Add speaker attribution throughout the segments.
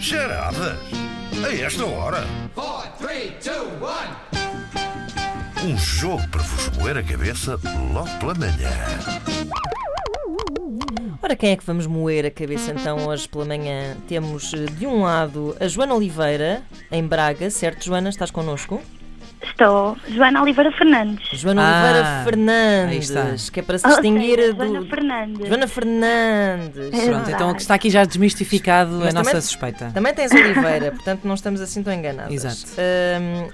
Speaker 1: Charadas? A esta hora?
Speaker 2: four, three, two, one.
Speaker 1: Um jogo para vos moer a cabeça logo pela manhã.
Speaker 3: Ora, quem é que vamos moer a cabeça então hoje pela manhã? Temos eh, de um lado a Joana Oliveira, em Braga, certo, Joana? Estás connosco?
Speaker 4: Estou. Joana Oliveira Fernandes.
Speaker 3: Joana
Speaker 5: Ah,
Speaker 3: Oliveira Fernandes,
Speaker 5: aí está.
Speaker 3: que é para se
Speaker 4: Ou
Speaker 3: distinguir
Speaker 4: seja,
Speaker 3: do.
Speaker 4: Joana Fernandes.
Speaker 3: Joana Fernandes.
Speaker 4: É
Speaker 5: Pronto, então
Speaker 4: verdade.
Speaker 5: está aqui já desmistificado é a
Speaker 3: Mas
Speaker 5: nossa
Speaker 3: também-
Speaker 5: suspeita.
Speaker 3: Também tens Oliveira, portanto não estamos assim tão enganados.
Speaker 5: Exato.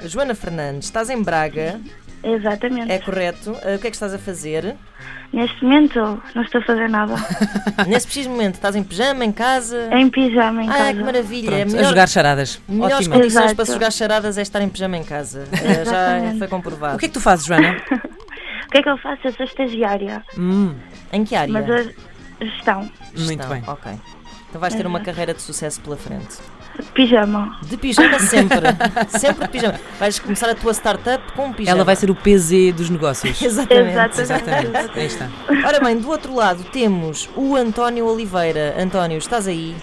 Speaker 3: Joana Fernandes, estás em Braga,
Speaker 4: Exatamente.
Speaker 3: é correto? Ah, o que é que estás a fazer?
Speaker 4: Neste momento não estou a fazer nada.
Speaker 3: Nesse preciso momento, estás em pijama, em casa?
Speaker 4: em pijama É, em
Speaker 3: ah,
Speaker 4: casa.
Speaker 3: que maravilha!
Speaker 5: Pronto,
Speaker 3: é
Speaker 5: a
Speaker 3: melhor-
Speaker 5: jogar charadas.
Speaker 3: Melhores
Speaker 5: Ótimo.
Speaker 3: condições
Speaker 4: Exato.
Speaker 3: para se jogar charadas é estar em pijama em casa. Eh, Já
Speaker 4: Exatamente.
Speaker 3: foi comprovado.
Speaker 5: O que é que tu fazes, Joana?
Speaker 4: O que é que eu faço? Eu sou estagiária,
Speaker 5: Hum,
Speaker 3: Em que área?
Speaker 4: mas é- a gestão.
Speaker 5: muito
Speaker 3: Gestão.
Speaker 5: bem.
Speaker 3: Ok. Então vais ter uma carreira de sucesso pela frente.
Speaker 4: Pijama.
Speaker 3: De pijama sempre. sempre de pijama. Vais começar a tua startup com um pijama.
Speaker 5: Ela vai ser o PZ dos negócios.
Speaker 3: Exatamente.
Speaker 5: Exatamente. Aí está.
Speaker 3: Ora bem, do outro lado temos o António Oliveira. António, estás aí?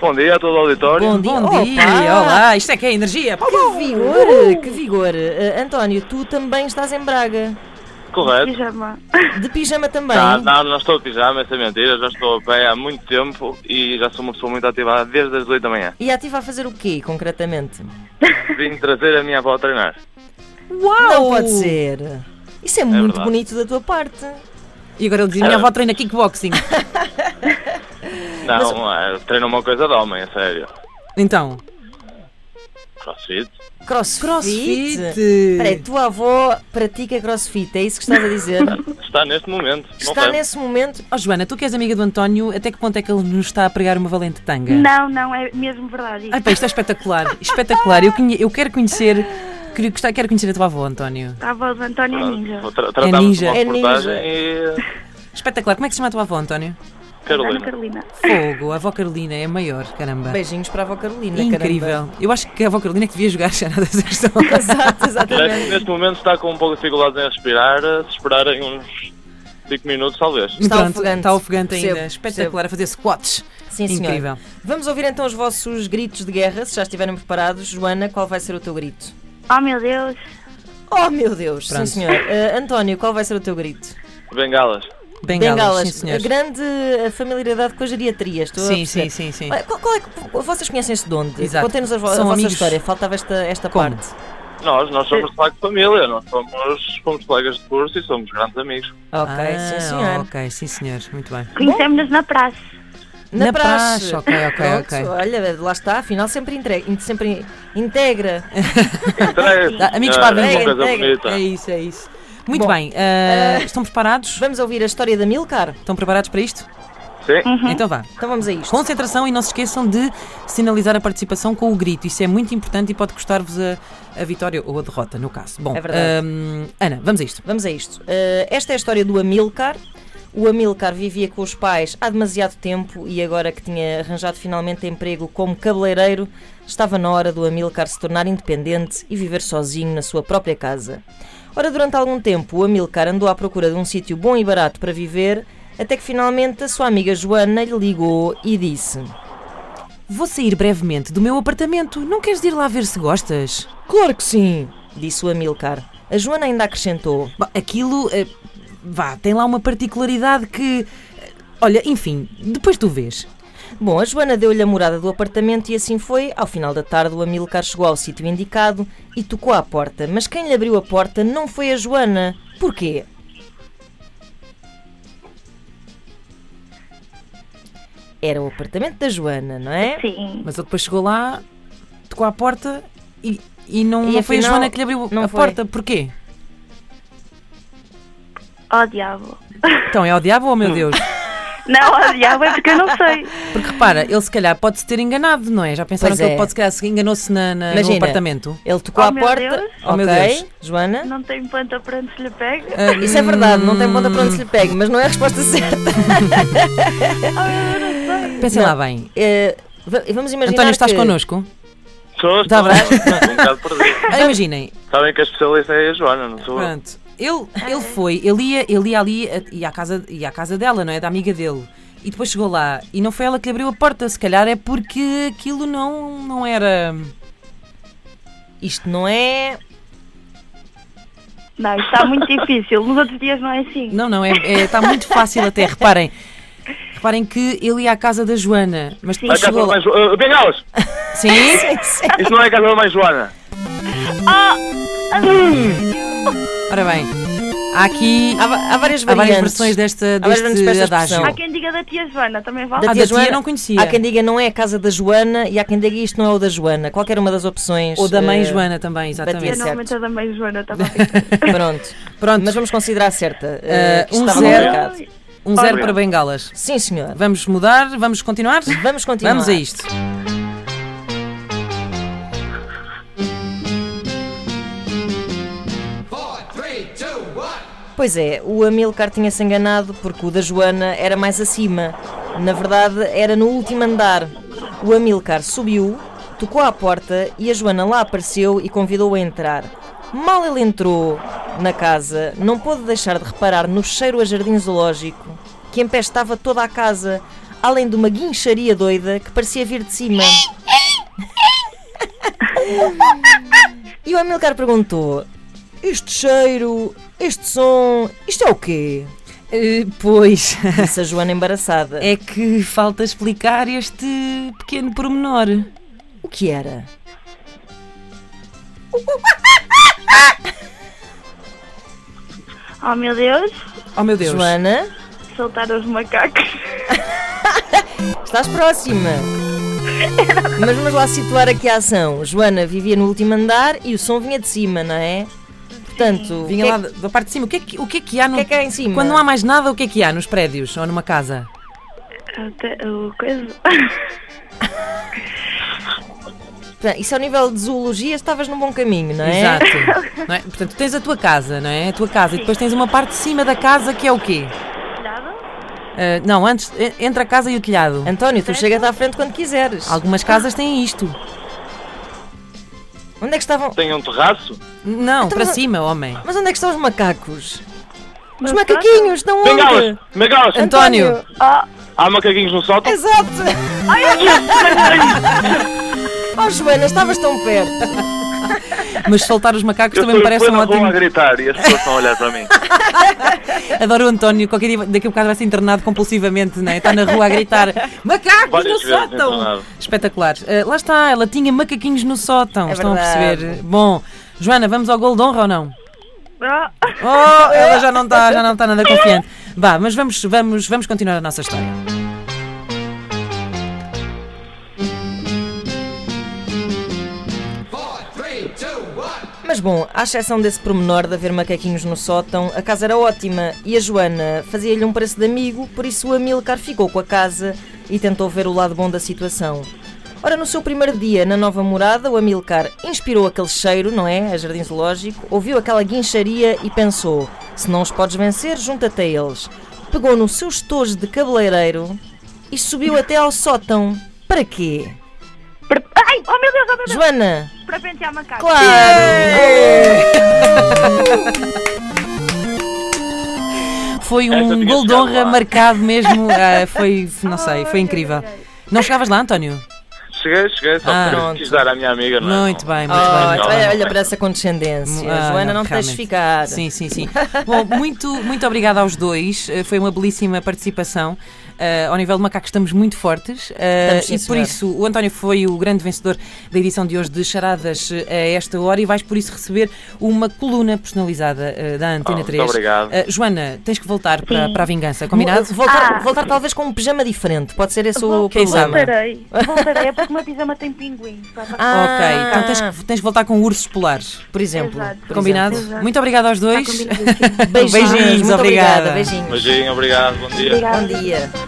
Speaker 6: Bom dia a todo o auditório.
Speaker 3: Bom dia.
Speaker 5: Bom dia,
Speaker 3: Opa!
Speaker 5: olá. Isto é que é energia.
Speaker 3: Que vigor, que vigor. Eh, António, tu também estás em Braga.
Speaker 6: Correto.
Speaker 4: Pijama.
Speaker 3: De pijama também.
Speaker 6: Não, não, não estou a pijama, essa é mentira. Já estou a pé há muito tempo e já sou uma pessoa muito ativa desde as 8 da manhã.
Speaker 3: E ativa a fazer o quê, concretamente?
Speaker 6: Vim trazer a minha avó a treinar.
Speaker 5: Uau!
Speaker 3: Não pode ser. Isso é, muito
Speaker 6: verdade.
Speaker 3: bonito da tua parte.
Speaker 5: E agora ele dizia: minha avó treina kickboxing.
Speaker 6: Não, é, treino uma coisa de homem, a sério.
Speaker 5: Então,
Speaker 6: Crossfit.
Speaker 3: Crossfit.
Speaker 5: crossfit.
Speaker 3: Peraí, tua avó pratica crossfit, é isso que estás a dizer?
Speaker 6: Está neste momento. não
Speaker 3: Está
Speaker 6: sei.
Speaker 3: nesse momento.
Speaker 5: Oh, Joana, tu que és amiga do António, até que ponto é que ele nos está a pregar uma valente tanga?
Speaker 4: Não, não, é mesmo verdade.
Speaker 3: Ah.
Speaker 5: Ai, pá, isto é espetacular. espetacular. Eu, conhe- eu quero conhecer. Quero, gostar- quero conhecer a tua avó, António.
Speaker 4: A voz de António
Speaker 6: Pronto,
Speaker 4: Ninja.
Speaker 6: vou tra- Tratamos
Speaker 5: ninja.
Speaker 6: de uma
Speaker 3: É ninja.
Speaker 6: reportagem e.
Speaker 5: Espetacular. Como é que se chama a tua avó, António?
Speaker 4: Ana
Speaker 6: Carolina.
Speaker 4: Carolina.
Speaker 5: Fogo, a avó Carolina é maior, caramba.
Speaker 3: Beijinhos para a avó Carolina,
Speaker 5: Incrível.
Speaker 3: caramba.
Speaker 5: Eu acho que a avó Carolina é que devia jogar charadas esta hora.
Speaker 3: Exato,
Speaker 6: Neste,
Speaker 3: exatamente.
Speaker 6: neste momento está com um pouco de dificuldade em respirar. eh, Se esperarem uns 5 minutos, talvez.
Speaker 3: Está
Speaker 5: Pronto,
Speaker 3: ofegante.
Speaker 5: Está ofegante ainda.
Speaker 3: Percebo,
Speaker 5: Espetacular a fazer squats.
Speaker 3: Sim, senhor.
Speaker 5: Incrível.
Speaker 3: Vamos ouvir então os vossos gritos de guerra, se já estiverem preparados. Joana, qual vai ser o teu grito?
Speaker 4: Oh meu Deus.
Speaker 3: Oh meu Deus,
Speaker 5: Pronto.
Speaker 3: sim senhor. Eh, António, qual vai ser o teu grito?
Speaker 6: Bengalas.
Speaker 5: Bengalas,
Speaker 3: Bengalas.
Speaker 5: sim, senhor.
Speaker 3: grande eh, familiaridade com a geriatria, estou a
Speaker 5: Sim,
Speaker 3: perceber.
Speaker 5: sim, sim, sim.
Speaker 3: Olha, Qual, qual é que, vocês conhecem-se de onde?
Speaker 5: Exato.
Speaker 3: Contem-nos a, vo- a
Speaker 5: São
Speaker 3: vossa
Speaker 5: amigos.
Speaker 3: história, faltava esta, esta
Speaker 5: Como?
Speaker 3: parte.
Speaker 6: Nós, nós somos de facto família. Nós somos, fomos colegas de curso e somos grandes amigos.
Speaker 3: Ok,
Speaker 5: ah,
Speaker 3: sim senhor.
Speaker 5: Ok, sim, senhor. Muito bem.
Speaker 4: Conhecemos-nos na praça.
Speaker 3: Na,
Speaker 5: Na
Speaker 3: praxe.
Speaker 5: praxe, ok, ok,
Speaker 3: Pronto,
Speaker 5: ok.
Speaker 3: Olha, lá está, afinal sempre, entre... sempre integra.
Speaker 6: Três.
Speaker 5: Dá- amigos para a
Speaker 6: Então É uma
Speaker 5: vida.
Speaker 6: coisa
Speaker 3: Pega,
Speaker 6: bonita.
Speaker 5: É isso, é isso. Muito
Speaker 3: Bom,
Speaker 5: bem. ah, Estão preparados?
Speaker 3: Vamos ouvir a história da Milcar?
Speaker 5: Estão preparados para isto?
Speaker 6: Sim.
Speaker 5: Então vá.
Speaker 3: Então vamos a isto.
Speaker 5: Concentração e não se esqueçam de sinalizar a participação com o grito. Isso é muito importante e pode custar-vos a, a vitória ou a derrota, no caso. Bom,
Speaker 3: É verdade.
Speaker 5: hum, Ana, vamos a isto.
Speaker 3: Vamos a isto. Eh, esta é a história do Amilcar. O Amilcar vivia com os pais há demasiado tempo e agora que tinha arranjado finalmente emprego como cabeleireiro, estava na hora do Amilcar se tornar independente e viver sozinho na sua própria casa. Ora, durante algum tempo, o Amilcar andou à procura de um sítio bom e barato para viver, até que finalmente a sua amiga Joana lhe ligou e disse:
Speaker 5: Vou sair brevemente do meu apartamento. Não queres ir lá ver se gostas?
Speaker 3: Claro que sim! disse o Amilcar. A Joana ainda acrescentou:
Speaker 5: Bom, aquilo. eh, vá, tem lá uma particularidade que. eh, Olha, enfim, depois tu vês.
Speaker 3: Bom, a Joana deu-lhe a morada do apartamento e assim foi. Ao final da tarde, o Amilcar chegou ao sítio indicado e tocou à porta. Mas quem lhe abriu a porta não foi a Joana. Porquê? Era o apartamento da Joana, não é?
Speaker 4: Sim.
Speaker 5: Mas ele depois chegou lá, tocou à porta e, e não,
Speaker 3: E
Speaker 5: não foi a
Speaker 3: afinal,
Speaker 5: Joana que lhe abriu
Speaker 3: não
Speaker 5: a
Speaker 3: foi.
Speaker 5: porta. Porquê?
Speaker 4: Oh diabo.
Speaker 5: Então é o diabo ou meu Deus?
Speaker 4: Não, oh diabo é porque eu não sei.
Speaker 5: Porque repara, ele se calhar pode-se ter enganado, não é? Já pensaram
Speaker 3: Pois
Speaker 5: que
Speaker 3: é.
Speaker 5: ele pode se calhar se enganou-se na, na- no
Speaker 3: Imagina.
Speaker 5: apartamento?
Speaker 3: Ele tocou
Speaker 4: Oh,
Speaker 3: à
Speaker 4: meu
Speaker 3: porta.
Speaker 4: Deus.
Speaker 5: Oh, meu
Speaker 3: Ok,
Speaker 5: Deus.
Speaker 3: Joana.
Speaker 4: Não tem planta para onde se lhe pega.
Speaker 3: Isso é verdade, não tem ponta para onde se lhe
Speaker 5: Hum.
Speaker 3: pegue, mas não é a resposta certa.
Speaker 5: Pensem
Speaker 3: Não.
Speaker 5: lá bem.
Speaker 3: Eh, va- vamos imaginar.
Speaker 5: António, estás
Speaker 3: que...
Speaker 5: connosco?
Speaker 6: Estou,
Speaker 5: Tá
Speaker 6: estou, estou um bocado perdido.
Speaker 5: Ah, imaginem,
Speaker 6: Sabem que a especialista é a Joana, não sou eu.
Speaker 5: pronto. Ele, ele foi, ele ia, ele ia ali eh, ia à, casa, ia à casa dela, não é? Da amiga dele. E depois chegou lá e não foi ela que lhe abriu a porta, se calhar é porque aquilo não, não era.
Speaker 3: Isto não é.
Speaker 4: Não, isto está muito difícil. Nos outros dias não é assim.
Speaker 5: Não, não, está é, está muito fácil até, reparem. Reparem que ele ia à casa da Joana, mas
Speaker 6: A
Speaker 5: depois
Speaker 6: casa da
Speaker 5: chegou lá.
Speaker 6: mãe Joana. Bengalas!
Speaker 5: Sim?
Speaker 6: Isso Ah, não é a casa da mãe Joana.
Speaker 5: Ora bem, há aqui
Speaker 3: Há, va- há várias variantes.
Speaker 5: há várias versões desta,
Speaker 3: Há várias
Speaker 5: deste
Speaker 3: versões desta
Speaker 5: adágio.
Speaker 3: expressão.
Speaker 4: Há quem diga da tia Joana, também vale?
Speaker 5: Ah,
Speaker 3: tia
Speaker 5: da tia não conhecia.
Speaker 3: Há quem diga não é a casa da Joana e há quem diga isto não é o da Joana. Qualquer uma das opções.
Speaker 5: Ou da mãe
Speaker 3: eh,
Speaker 5: Joana também,
Speaker 4: Eu
Speaker 5: exatamente.
Speaker 3: certo.
Speaker 4: normalmente a da mãe Joana tá estava
Speaker 3: Pronto. Pronto. Mas vamos considerar certa. eh,
Speaker 5: Eh,
Speaker 3: que
Speaker 5: um
Speaker 3: estava
Speaker 5: zero.
Speaker 3: complicado.
Speaker 5: Um zero
Speaker 6: Olha.
Speaker 5: para Bengalas.
Speaker 3: Sim, senhor.
Speaker 5: Vamos mudar, vamos continuar?
Speaker 3: Vamos continuar.
Speaker 5: Vamos a isto.
Speaker 2: Four, three, two, one.
Speaker 3: Pois é, o Amilcar tinha-se enganado porque o da Joana era mais acima. Na verdade, era no último andar. O Amilcar subiu, tocou à porta e a Joana lá apareceu e convidou-o a entrar. Mal ele entrou na casa, não pôde deixar de reparar no cheiro a jardim zoológico que empestava toda a casa, além de uma guincharia doida que parecia vir de cima. E o Amilcar perguntou: Este cheiro, este som, isto é o quê?
Speaker 5: Eh, pois,
Speaker 3: Disse a Joana embaraçada.
Speaker 5: é que falta explicar este pequeno pormenor.
Speaker 3: O que era?
Speaker 4: Oh meu Deus,
Speaker 5: Oh meu Deus.
Speaker 3: Joana,
Speaker 4: soltaram os macacos.
Speaker 3: estás próxima. Mas vamos lá situar aqui a ação. Joana vivia no último andar e o som vinha de cima, não é? Portanto,
Speaker 5: Vinha
Speaker 3: o que é
Speaker 5: lá da da parte de cima. O que é que, o que, é que há no...
Speaker 3: que é que há em cima?
Speaker 5: Quando não há mais nada, o que é que há nos prédios ou numa casa?
Speaker 4: Até o coisa.
Speaker 3: Portanto, isso ao nível de zoologia estavas num bom caminho, não é?
Speaker 5: Exato. Não é? Portanto, tens a tua casa, não é? A tua casa. E depois tens uma parte de cima da casa que é o quê?
Speaker 4: Olhada?
Speaker 5: Ah, não, antes, eh, entre a casa e o telhado.
Speaker 3: António, tu chegas à frente quando quiseres.
Speaker 5: Algumas casas têm isto.
Speaker 3: Onde é que estavam?
Speaker 6: Tem um terraço?
Speaker 5: Não,
Speaker 3: Então,
Speaker 5: para
Speaker 3: mas-
Speaker 5: cima, homem.
Speaker 3: Mas onde é que estão os macacos? Os
Speaker 4: Macaco?
Speaker 3: macaquinhos, não
Speaker 6: Bengalas!
Speaker 3: onde?
Speaker 6: Bengalas!
Speaker 5: António.
Speaker 4: Oh,
Speaker 6: Há macaquinhos no sótão?
Speaker 3: Exato! Oh Joana, estavas tão perto.
Speaker 5: Mas soltar os macacos
Speaker 6: Eu
Speaker 5: também me
Speaker 6: estou
Speaker 5: parece
Speaker 6: em
Speaker 5: um
Speaker 6: plena rua a
Speaker 5: ótimo.
Speaker 6: gritar e as pessoas estão a olhar para mim.
Speaker 5: Adoro o António, qualquer dia, daqui a bocado vai ser internado compulsivamente, né? está na rua a gritar macacos no
Speaker 6: Várias vezes então,
Speaker 5: sótão!
Speaker 6: internado.
Speaker 5: Espetaculares. Ah, lá está, ela tinha macaquinhos no sótão,
Speaker 3: É
Speaker 5: estão a
Speaker 3: verdade.
Speaker 5: perceber. Bom, Joana, vamos ao gol de honra ou não?
Speaker 4: oh.
Speaker 5: Oh, ela já não está, já não está nada confiante. Vá, mas vamos, vamos, vamos continuar a nossa história.
Speaker 2: Four, three, two, one.
Speaker 3: Mas bom, à exceção desse pormenor de haver macaquinhos no sótão, a casa era ótima e a Joana fazia-lhe um preço de amigo, por isso o Amilcar ficou com a casa e tentou ver o lado bom da situação. Ora, no seu primeiro dia na nova morada, o Amilcar inspirou aquele cheiro, não é? A Jardim Zoológico, ouviu aquela guincharia e pensou: se não os podes vencer, junta-te a eles. Pegou no seu estojo de cabeleireiro e subiu até ao sótão. Para quê?
Speaker 4: Pre- Ai, oh meu Deus, oh meu Deus,
Speaker 3: Joana!
Speaker 4: para pentear macacos.
Speaker 3: Claro!
Speaker 5: Foi
Speaker 6: Essa
Speaker 5: um
Speaker 6: tinha
Speaker 5: gol de
Speaker 6: chegado
Speaker 5: honra
Speaker 6: lá.
Speaker 5: marcado mesmo. ah, foi, não sei, foi incrível. Não chegavas lá, António?
Speaker 6: Cheguei, cheguei, só
Speaker 5: Ah,
Speaker 6: porque
Speaker 3: pronto.
Speaker 6: quis dar à minha amiga, não é?
Speaker 5: Muito bem, muito
Speaker 3: Oh,
Speaker 5: bem.
Speaker 3: então olha, olha para essa condescendência.
Speaker 5: Ah,
Speaker 3: Joana, não,
Speaker 5: não,
Speaker 3: te deixes
Speaker 5: realmente.
Speaker 3: ficar.
Speaker 5: Sim, sim, sim. Bom, muito, muito obrigada aos dois. Eh, Foi uma belíssima participação. Eh, ao nível de macacos estamos muito fortes. Eh,
Speaker 3: Estamos, sim,
Speaker 5: e por
Speaker 3: senhora.
Speaker 5: isso, o António foi o grande vencedor da edição de hoje de Charadas eh, a esta hora e vais por isso receber uma coluna personalizada eh, da
Speaker 6: Ah,
Speaker 5: Antena
Speaker 6: muito
Speaker 5: 3.
Speaker 6: obrigado.
Speaker 5: Eh, Joana, tens que voltar para, para a vingança, combinado?
Speaker 3: Voltar,
Speaker 4: Ah.
Speaker 3: voltar talvez com um pijama diferente. Pode ser esse o
Speaker 4: Vou-
Speaker 5: Quem sabe?
Speaker 3: problema.
Speaker 4: Voltarei, voltarei, é porque uma pijama tem pinguim.
Speaker 5: Ok, então tens,
Speaker 3: Ah.
Speaker 5: que- tens que voltar com ursos polares.
Speaker 3: Por exemplo.
Speaker 4: Exato.
Speaker 3: por
Speaker 5: Combinado?
Speaker 3: exemplo.
Speaker 4: Exato.
Speaker 5: Muito obrigada aos dois.
Speaker 4: Está combinadíssimo.
Speaker 3: Beijinhos,
Speaker 5: Beijinhos,
Speaker 3: muito
Speaker 5: obrigada.
Speaker 3: Beijinhos.
Speaker 6: Beijinho, obrigado, bom dia.
Speaker 4: Obrigada.
Speaker 3: Bom dia.